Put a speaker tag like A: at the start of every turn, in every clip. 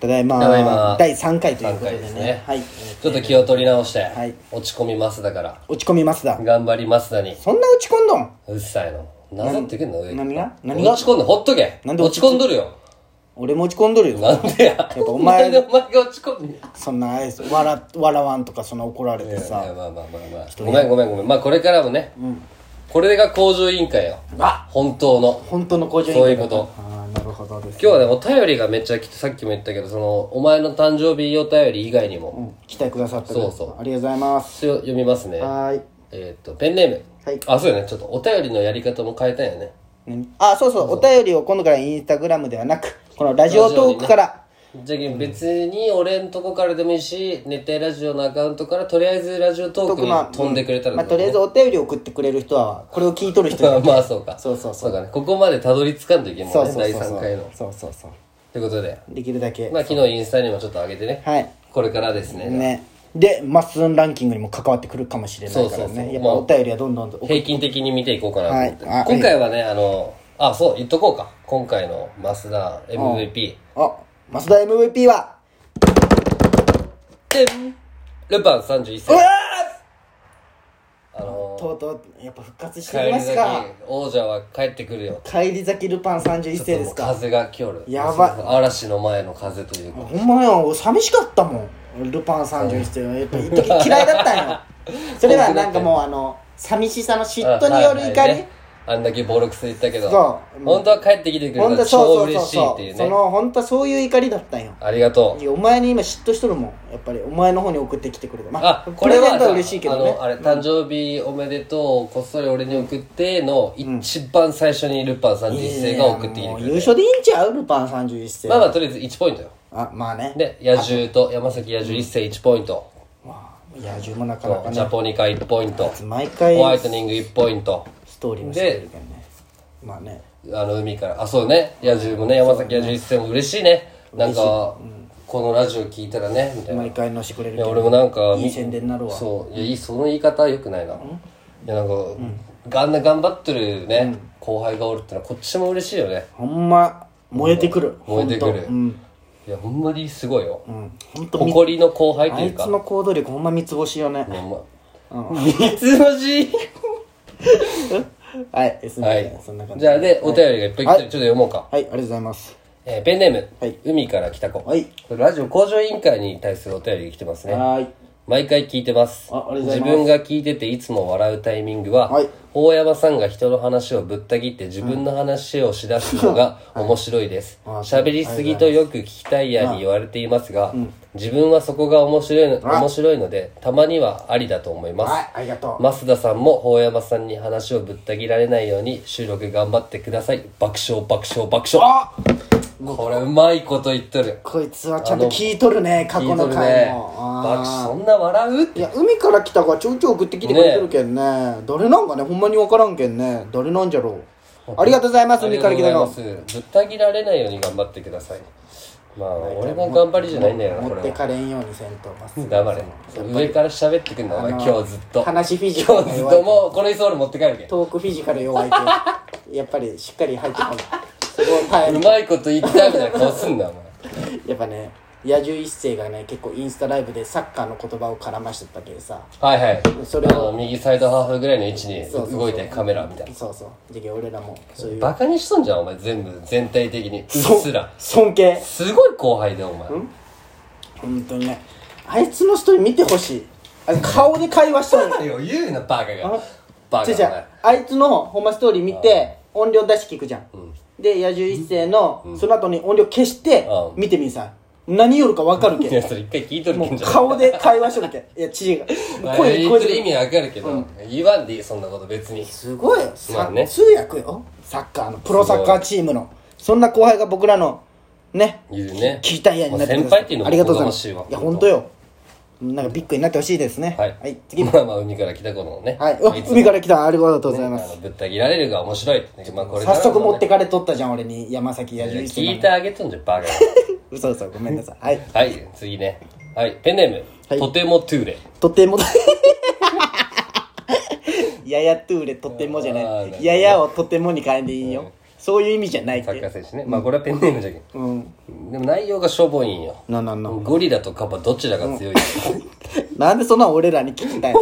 A: ただいま
B: ただいま
A: 第3回ということでね
B: 三回ですね
A: はい、
B: ちょっと気を取り直して、
A: い
B: 落ち込みますだから
A: 落ち込みますだ
B: 頑張りますだに
A: そんな落ち込んどん
B: うっさいのなぜって言うの
A: 何が何が
B: 落ち込んでほっとけ
A: なんで
B: 落ち込んどるよ
A: 俺も落ち込んどるよ
B: なんでややっ
A: ぱお前
B: でお前が落ち込んでい
A: そんなあれです笑笑わんとかそんな怒られて
B: やいや
A: さ
B: まあまあまあまあごめんごめんごめんまあこれからもね、これが向上委員会よ
A: あ
B: 本当の
A: 本当の工場
B: そういうこと
A: ああなるほどです
B: 今日はねお便りがめっちゃ来てさっきも言ったけどそのお前の誕生日お便り以外にも、
A: うん来てくださったから
B: そうそう
A: ありがとうございます
B: 一応読みますね
A: はーい
B: えーっとペンネーム、
A: はい
B: あそうよねちょっとお便りのやり方も変えたんやね
A: 何あそうそうお便りを今度からインスタグラムではなくこのラジオトークから
B: じゃけん別に俺んとこからでもいいし熱帯ラジオのアカウントからとりあえずラジオトークに飛んでくれたら
A: まあ、とりあえずお便り送ってくれる人はこれを聞いとる人
B: まあ
A: や
B: まあそうか
A: そうそう
B: そうかねここまでたどり着かんといけんもんね
A: そうそうそう
B: 第3回の
A: そうそうそう
B: ということで
A: できるだけ
B: まあ昨日インスタにもちょっと上げてね、
A: はい
B: これからですね
A: ねでマッスンランキングにも関わってくるかもしれないからね
B: そうそうそう
A: やっぱお便りはどんどんと
B: 平均的に見ていこうかなと思って、
A: はいあ
B: 今回はねあのあそう言っとこうか今回の増田 MVP
A: あマスダ MVP は
B: でルパン31
A: うわ
B: 歳あの
A: ーとうとうやっぱ復活して
B: 帰
A: きま
B: り
A: す
B: 咲
A: か
B: き王者は帰ってくるよ
A: 帰り咲きルパン31世ですか
B: 風が今日
A: やばい
B: 嵐の前の風というか
A: ほんまや俺寂しかったもんルパン31世はやっぱ一時嫌いだった んよそれはなんかもうあの寂しさの嫉妬による
B: あ
A: 怒
B: はいは
A: り、
B: いねあんだけボロクソ言ったけど
A: そう
B: 本当は帰ってきてくれ
A: ほ
B: た
A: ん
B: ら
A: と
B: 超
A: そうそう
B: 嬉
A: そう
B: しいっ
A: そ
B: ていうう
A: そ
B: ね
A: の本当そういう怒りだったんよ
B: ありがと
A: いうやお前に今嫉妬しとるもんやっぱりお前の方に送ってきてくれたま
B: あ
A: あ
B: こ
A: プ
B: れ
A: レ
B: は
A: ゼントは嬉しいけど
B: あ
A: ね
B: のあれ誕生日おめでとうこっそり俺に送っての一番最初にルパン31世が送ってきて
A: もう
B: く
A: 優
B: れて
A: 勝でいいんちゃうルパン31世、
B: まあまあとりあえず1ポイントよ
A: あまあね
B: で野獣と山崎野獣一世1ポイント
A: まあ野獣もなかなか
B: ジャ
A: ね
B: ポニカ1ポイント
A: 毎回
B: ホワイトニング1ポイント
A: ストーリーもしてるけどねまあね
B: あの海からあそうね野獣もね山崎野獣一世も嬉しいねなんかこのラジオ聞いたらねみたいな
A: 毎回のしてくれる
B: い
A: け
B: や
A: ど
B: 俺もなんか
A: いい宣伝になるわ
B: そういやいいその言い方はよくないないやなんか、あんな頑張ってるね、後輩がおるってのはこっちも嬉しいよね
A: ほんま燃えてくる
B: 燃えてくる
A: ほんとうん
B: いやほんまにすごいよ、
A: うんほんとみ
B: 誇りの後輩と
A: あい
B: い
A: う
B: か
A: つの行動力ほんま三つ星よね
B: ほんま 三つ星
A: はいすみま
B: は
A: せ
B: い
A: んそんな感じ
B: じゃあでお便りがいっぱい来てる、ちょっと読もうか
A: はいありがとうございます
B: えーペンネーム、
A: はい
B: 海から来た子、
A: はい
B: これラジオ向上委員会に対するお便りが来てますね
A: はーい
B: 毎回聞いてます
A: あありがとうござい
B: 自
A: ます
B: 分が聞いてていつも笑うタイミングは、
A: はい
B: 大山さんが人の話をぶった切って自分の話をしだすのが面白いです
A: あ
B: 喋、りすぎとよく聞きたいやに言われていますが、自分はそこが面白いの面白いのでたまにはありだと思います、
A: はいありがとう
B: 増田さんも大山さんに話をぶった切られないように収録頑張ってください爆笑爆笑爆笑
A: あ
B: これうまいこと言っとる
A: こいつはちゃんと聞いとるね過
B: 聞
A: 去
B: いと
A: の
B: る
A: 回
B: ね
A: も
B: 爆
A: あ
B: そんな笑うっ
A: ー
B: て
A: いや海から来た子はちょいちょい送ってきてくれてるけんね誰なんかねほんまに分からんけんね誰なんじゃろうありがとうございます
B: あり
A: 海
B: が
A: か
B: と
A: ら
B: う
A: 来
B: ご
A: た
B: ざいま
A: 子
B: すぶった切られないように頑張ってくださいまあ俺の頑張りじゃないんだよなこ
A: 持っ
B: れ
A: て
B: は
A: かれんようにせんとまっすぐ
B: 黙れ上から喋ってくんなお前
A: あの
B: 今日ずっと今日
A: 話フィ
B: ず
A: ジ
B: っ
A: カルが弱
B: と
A: い
B: もうこの椅子俺持って帰るけん
A: トークフィジカル弱いけんやっぱりしっかり入ってこないすごい耐え
B: う
A: る
B: まいこと言ったみたいな顔すんなお前
A: やっぱね野獣一世がね結構インスタライブでサッカーの言葉を絡ましてったけどさ
B: はいはい
A: それ
B: あ
A: を
B: の右サイドハーフぐらいの位置に
A: そうそうそう
B: 動いてカメラみたいな
A: そうそうじゃけ俺らもそういう
B: バカにしとんじゃんお前全部全体的にうっすら
A: 尊敬
B: すごい後輩だよお前
A: 本当にねあいつのストーリー見てほしいあいつ顔で会話しとる
B: よ言うなバカがバカ
A: 違う違
B: お前
A: うあいつのホンマストーリー見て音量出して聞くじゃん、で野獣一世の、その後に音量消して、
B: うん
A: 見てみんさ何よるか分かる
B: い
A: け
B: やそれ一回聞いとるけ
A: も
B: ん
A: う
B: じゃん
A: 顔で会話しとるけいや違うが声
B: 言
A: 声
B: ってる意味わかるけど、言わんでいいそんなこと別に
A: すごいよ、さ
B: まあね
A: 通訳よサッカーのプロサッカーチームのそんな後輩が僕らのね
B: いるね
A: 聞いたいやになってくだ
B: まあ先
A: さ
B: 輩っていうのも
A: ありがとうございます
B: 好ましい
A: や
B: わ
A: 本当よなんかビッグになってほしいですね
B: はい、
A: 次
B: まあまあ海から来た子のね
A: はい、うわ
B: いつも
A: 海から来たありがとうございま
B: あ
A: す、
B: のぶった切られるが面白いって、まあ、これから
A: 早
B: もね
A: 速持ってかれとったじゃん俺に山崎彌十一
B: 聞いてあげとんじゃんバカ
A: 嘘嘘ごめんなさいはい
B: がはい次ねはいペンネーム、
A: はい
B: とてもトゥーレ
A: とても ややトゥーレとてもじゃ
B: あーな
A: な
B: るほ
A: い
B: ど
A: ややをとてもに変えんでいいよそういう意味じゃないっ
B: サッカー
A: て
B: 選手ね。まあこれはペンネームじゃけん。
A: うん
B: でも内容がしょぼいんよ。
A: ななんなん
B: ゴリラとカバどちらが強い
A: なんでそんなん俺らに聞き たいの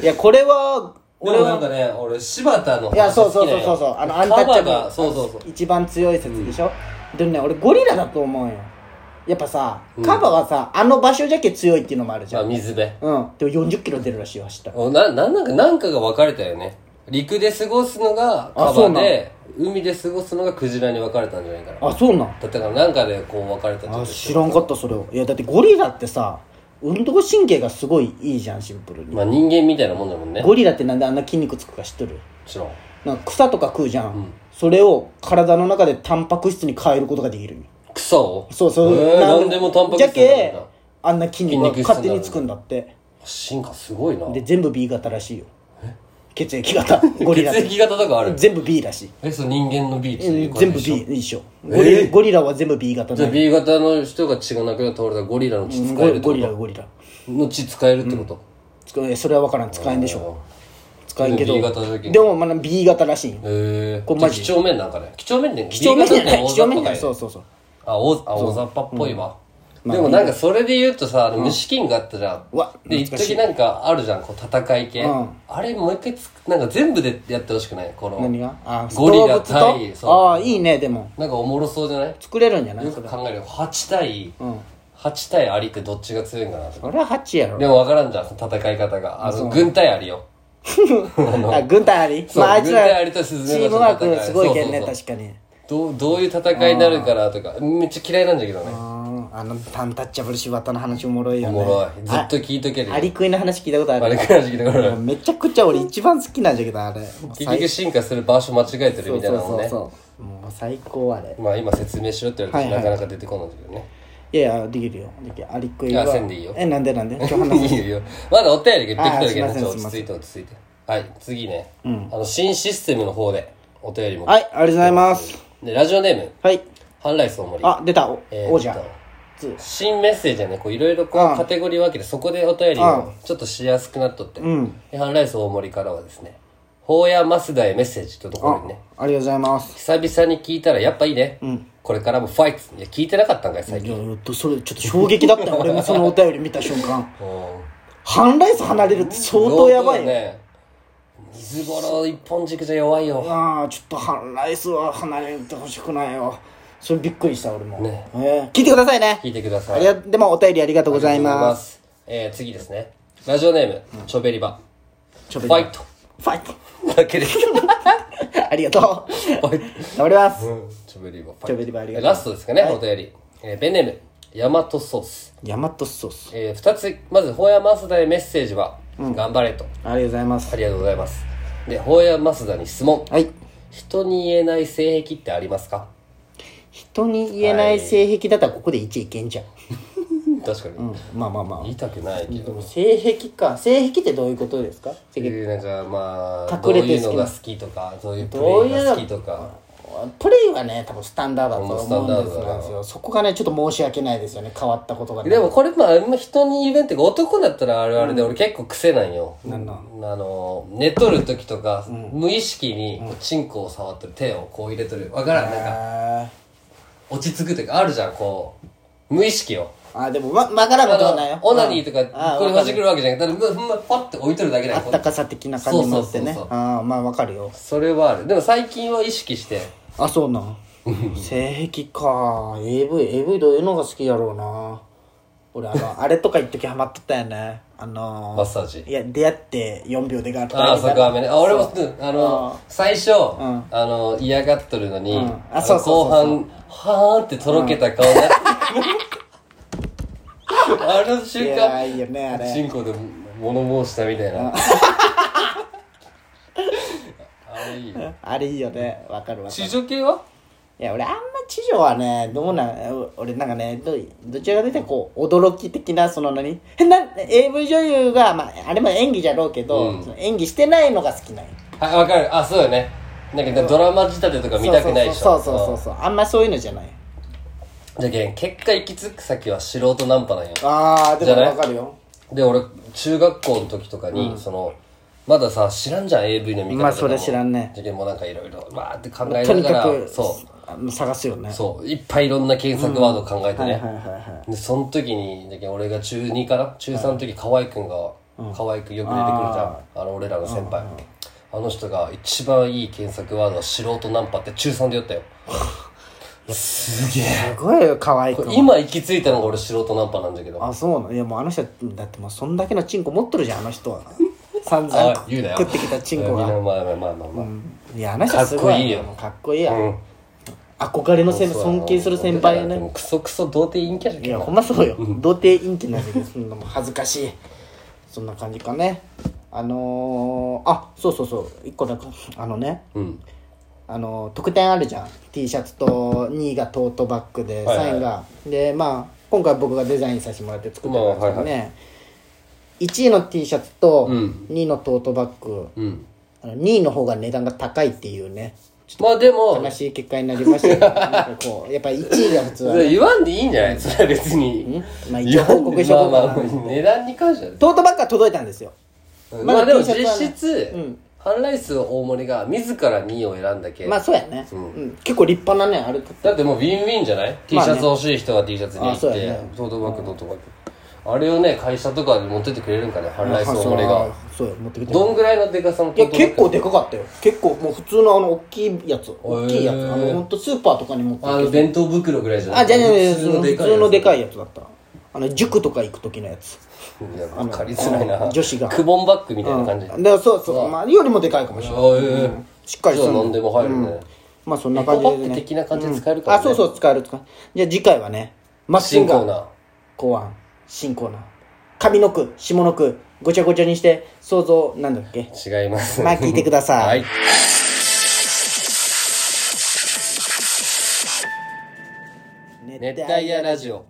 A: いやこれは
B: 俺なんかね、俺柴田の話
A: いやそうそう
B: 好き
A: そうん
B: なよ
A: そうそうあのアンタ
B: カ
A: ッチ
B: バ
A: ャブル
B: が、そうそうそう。
A: 一番強い説でしょ、でもね俺ゴリラだと思うよやっぱさカバはさ、あの場所じゃけ強いっていうのもあるじ
B: ま
A: ゃ
B: あ
A: ん、
B: 水辺。
A: うんでも40キロ出るらしいよ走ったら
B: おな、なんなんか、なんかが分かれたよね。陸で過ごすのが
A: あ
B: カ
A: そう
B: バ
A: なん
B: で、海で過ごすのがクジラに分かれたんじゃないかな。
A: あそうなん
B: だったからなんかでこう分かれたんじゃない
A: あ知らんかったそれをいやだってゴリラってさ運動神経がすごいいいじゃんシンプルに
B: まあ人間みたいなもんだもんね。も
A: ゴリラってなんであんな筋肉つくか知っとる
B: ちろん。
A: なんか草とか食うじゃん、それを体の中でタンパク質に変えることができるんよ
B: 草を
A: そうそう、
B: へー何でもタンパク質
A: じゃ
B: になるん
A: け
B: だ
A: あんな筋肉が勝手につくんだって
B: 進化すごいな。
A: で全部 B 型らしいよ血液型ゴリラっ
B: 血
A: て
B: 液型とかある
A: 全部 B らしい
B: え、そう人間の B っていうこと
A: 全部
B: でしょ
A: B 一緒ゴリ,、ゴリラは全部 B 型
B: じゃあ
A: の
B: B 型の人が血がなくなったらゴリラの血使えるって
A: ゴ
B: こ
A: リラゴリラ
B: との血使えるってこと、
A: つくえそれは分からん使えんでしょ使えんけど
B: B 型だけ
A: でもまだ B 型らしいよ
B: へえ
A: これマジ
B: 几帳面なんかね几帳面で
A: 几帳面じゃない
B: B
A: 几
B: 型
A: 帳
B: って
A: 面じゃ
B: 大雑把か
A: ないいそうそうそう
B: あ大あ大雑把っぽいわ、でもなんかそれで言うとさ、あの虫菌があったじゃん。
A: うわ
B: で、一
A: 懐かしい
B: 時なんかあるじゃん、こう戦い系。
A: うん
B: あれもう一回つ、なんか全部でやってほしくないこの。
A: 何があ
B: ゴリラ
A: 動
B: 対
A: 物
B: そう
A: とああいいねでも
B: なんかおもろそうじゃない
A: 作れるんじゃない
B: よく考えるよ。8対、
A: うん
B: 8対アリってどっちが強いんかなとか。
A: それは8やろ
B: でもわからんじゃん、その戦い方が。あの、軍隊アリよ。
A: あ軍隊あり
B: そう
A: まああいつ
B: 軍隊あ
A: ら
B: り
A: チ
B: とスズメ
A: ー
B: バチ
A: ムワ
B: の戦い
A: ークすごいけんね
B: そうそう
A: 確かに
B: どう、どういう戦いになるかなとか。めっちゃ嫌いなんだけど
A: う
B: ね。
A: んあのタンタッチャブル柴田の話おもろいよ
B: お
A: ね
B: もろい。ずっと聞いとけるよ
A: ア。リクイの話聞いたことあ
B: あれ
A: る
B: くらいの時期だから。
A: めちゃくちゃ俺一番好きなんじゃけどあれ
B: 結局進化する場所間違えてるみたいなもんね。
A: そうもう最高あれ
B: まあ今説明しろって言われて
A: は
B: ないか
A: はい
B: なか出てこないんだけどね。
A: いやいやできるよできるアリクイ
B: い
A: は
B: やせんでいいよ
A: えなんでなんで 今日話す
B: いいよ。まだお便りがいっぱい来てるけ
A: あー
B: ど
A: す
B: ね、
A: い
B: ち
A: ま
B: ょっ
A: せん
B: と落ち着いて落ち着いて。はい、次ね。あの、新システムの方でお便りも。
A: はいありがとうござい ます
B: で、ラジオネーム、
A: はい
B: ハンライス大森。
A: あ出たお
B: えーっと
A: 王者つ
B: 新メッセージはね、こういろいろこ
A: うん
B: うカテゴリー分けて、そこでお便り
A: う
B: をちょっとしやすくなっとって。で、ハンライス大森からはですね、法やマスダへメッセージというところにね、
A: ありがとうございます
B: 久々に聞いたらやっぱいいね。これからもファイト。いや、聞いてなかったんかい、最
A: い
B: 近。
A: ややっとそれちょっと衝撃だっ たよ俺もそのお便り見た瞬間
B: うん
A: ハンライス離れるって相当やばいよ、
B: ね。水風呂一本軸じゃ弱いよ。
A: ああちょっとハンライスは離れてほしくないよそれびっくりした俺も、
B: ね
A: えー聞いてくださいね
B: 聞いてくださ
A: あ
B: い。
A: りがでもお便りありがとうござい
B: ありがとうござ
A: ま
B: いますす。えー、次ですね。ラジオネーム、チョベリバ。
A: ちょ
B: ファイト。
A: ファイト
B: だけ で。フ
A: ありがとう
B: ァイ
A: 頑張ります、
B: ト。チョベリバ。
A: チョベリバありがとう
B: ラストですかね、お便り。えー、ベネーム、ヤマトソース。
A: ヤマトソース
B: えー、二つ、まず、ホーヤマスダへメッセージは、頑張れと。
A: ありがとうございます
B: ありがとうございます。で、ホーヤマスダに質問。
A: はい
B: 人に言えない性癖ってありますか
A: 人に言えない性癖だったらここで1いけんじゃん、
B: 確かに。
A: まあまあま
B: 言いたくないけど
A: あ。性癖か性癖ってどういうことですか性癖
B: えーなんかまあ
A: 隠れて好きな
B: どういうのが好きとかどういうプレ
A: どう
B: イ
A: いう
B: が
A: の
B: 好きとか
A: プレイはね多分スタンダードだと思うんです
B: もうスタンダードだ
A: なんですよそこがねちょっと申し訳ないですよね変わったことがね
B: でもこれまああんま人に言えんっていうか男だったらあるあるで俺結構癖なんよあの寝とる時とか無意識にこうチンコを触ってる手をこう入れとるわからんなんか
A: あ
B: 落ち着く時あるじゃんこう無意識よ
A: ーあーでもわ分からんことはないよ
B: オナニーと
A: あー
B: かこれ
A: わか
B: ほじくるわけじゃなくてただほんまパッて置いとるだけだ
A: あ
B: よ
A: ったかさ的な感じもあってね
B: そうそうそうそ
A: ああまあ分かるよ
B: それはあるでも最近は意識して
A: あそうなん 性癖か AVAV どういうのが好きだろうな俺あのあれとか一時ハマっとったよねあのー
B: マッサージ
A: いや出会って4秒でガッと
B: ああ、そこはめね。あ、俺も、うんあの、最初、あの、嫌がっとるのに、
A: んあ
B: の
A: そうそうそうそう
B: 後半、はーんってとろけた顔になって、あの
A: い
B: 瞬
A: や
B: 間、
A: いいよねあれ
B: 進行で物申したみたいな。あれいいよ
A: あれいいよね分かる分かる
B: 地上系はい
A: や俺あんま知女はねどうなん俺なんかねどどちらかというとこう驚き的なその何えな AV 女優が、まあ、あれも演技じゃろうけど、
B: うん
A: その演技してないのが好きなんよ
B: はい、わかる。あ、そうよね。なんかドラマ仕立てとか見たくないでし
A: そ
B: ょ。
A: うそうそうそうそうあんまそういうのじゃない
B: うん。じゃけん、結果行き着く先は素人ナンパなんよ。
A: ああで
B: じゃ
A: も
B: ない
A: わかるよ
B: で俺中学校の時とかに、そのまださ、知らんじゃん、AV の見方とかも。
A: まあそれ知らんね
B: じゃけもうなんかいろいろ、わーって考え
A: と
B: な
A: に
B: が、
A: からく
B: そ
A: 探すよね
B: う、そう、いっぱいいろんな検索ワード考えて
A: はいはい
B: ね。
A: はいは
B: で、その時に、じゃけ俺が中2かな中3の時、河合くんが、河合くんよく出てくるじゃん。あの、俺らの先輩。あの人が一番いい検索ワードは素人ナンパって中3で言ったよ。すげえ。
A: いすごいよ可愛い
B: こ
A: 子
B: れ今行き着いたのが俺素人ナンパなんだけど。
A: あそうなのいやもうあの人だってもうそんだけのチンコ持っとるじゃんあの人は散々
B: あ、言うなよ。
A: 食ってきたチンコ
B: いや
A: が
B: まあまあまあまあまあ。
A: いやあの人はすごい
B: かっこいいよ
A: もうかっこいいや、
B: うん
A: 憧れの先輩尊敬する先輩よ
B: で
A: ね
B: もクソクソ童貞陰キャじゃ
A: い
B: け
A: やほん
B: ん
A: まそうよ童貞陰気なんだけど そんなもん恥ずかしいそんな感じかねあのー、あそうそうそう一個だけあのね
B: うん
A: あの特典あるじゃん T シャツと2位がトートバッグで
B: はいはい
A: 3位がでまあ今回僕がデザインさせてもらって作ってたんですけどね、
B: まあは
A: 1位の T シャツと
B: うん
A: 2位のトートバッグ、
B: うん
A: あの2位の方が値段が高いっていうね
B: まあでも
A: 悲しい結果になりましたけど なんかこうやっぱ1位が普通はね
B: 言わんでいいんじゃないそれは別に
A: まあ一応報告しとこう
B: まあ
A: か
B: ま
A: な
B: あまあ値段に関しては
A: トートバッグは届いたんですよ
B: うん
A: ま
B: ま
A: だ
B: あでも
A: T シャ
B: 実
A: ツはね
B: 質
A: うん
B: ハンライス大森が自ら2位を選んだけ
A: まあそうやね、うん結構立派なねあれ買って
B: だってもうウィンウィンじゃない T シャツ欲しい人は T シャツに行
A: あ
B: っ
A: そう
B: て
A: やね
B: トートバッグトートバッグあれをね会社とかに持ってってくれるんかねハンライス大森が
A: そうや持ってきて
B: どんぐらいのデカさの
A: い
B: ト
A: や
B: ートバッグ
A: 結構でかかったよ結構もう普通のあの大きいやつ大きいやつ
B: へー
A: あの本当スーパーとかに持って
B: あの弁当袋ぐらいじゃない
A: あじゃあじゃあじゃあその普通
B: でかいやつ
A: のでかいやつだったあの塾とか行く時のやつ
B: いや、わかりづらいな。
A: 女子が
B: くぼんバッグみたいな感じ。
A: うんだからそうそうまあよりもでかいかもしれない
B: あええ
A: しっかり
B: じゃ
A: そ
B: あ
A: の
B: 何でも入るね。
A: まあそんな感じで
B: エコバッ
A: ね
B: グ的な感じで使えるからね
A: うんあそうそう使える使えるじゃあ次回はねマッシン
B: 新コーナ
A: が
B: ー。
A: 考案新コーナー上の句下の句ごちゃごちゃにして想像なんだっ け
B: 違います。
A: まあ聞いてください
B: はい。
A: 熱
B: 熱帯夜ラジオ。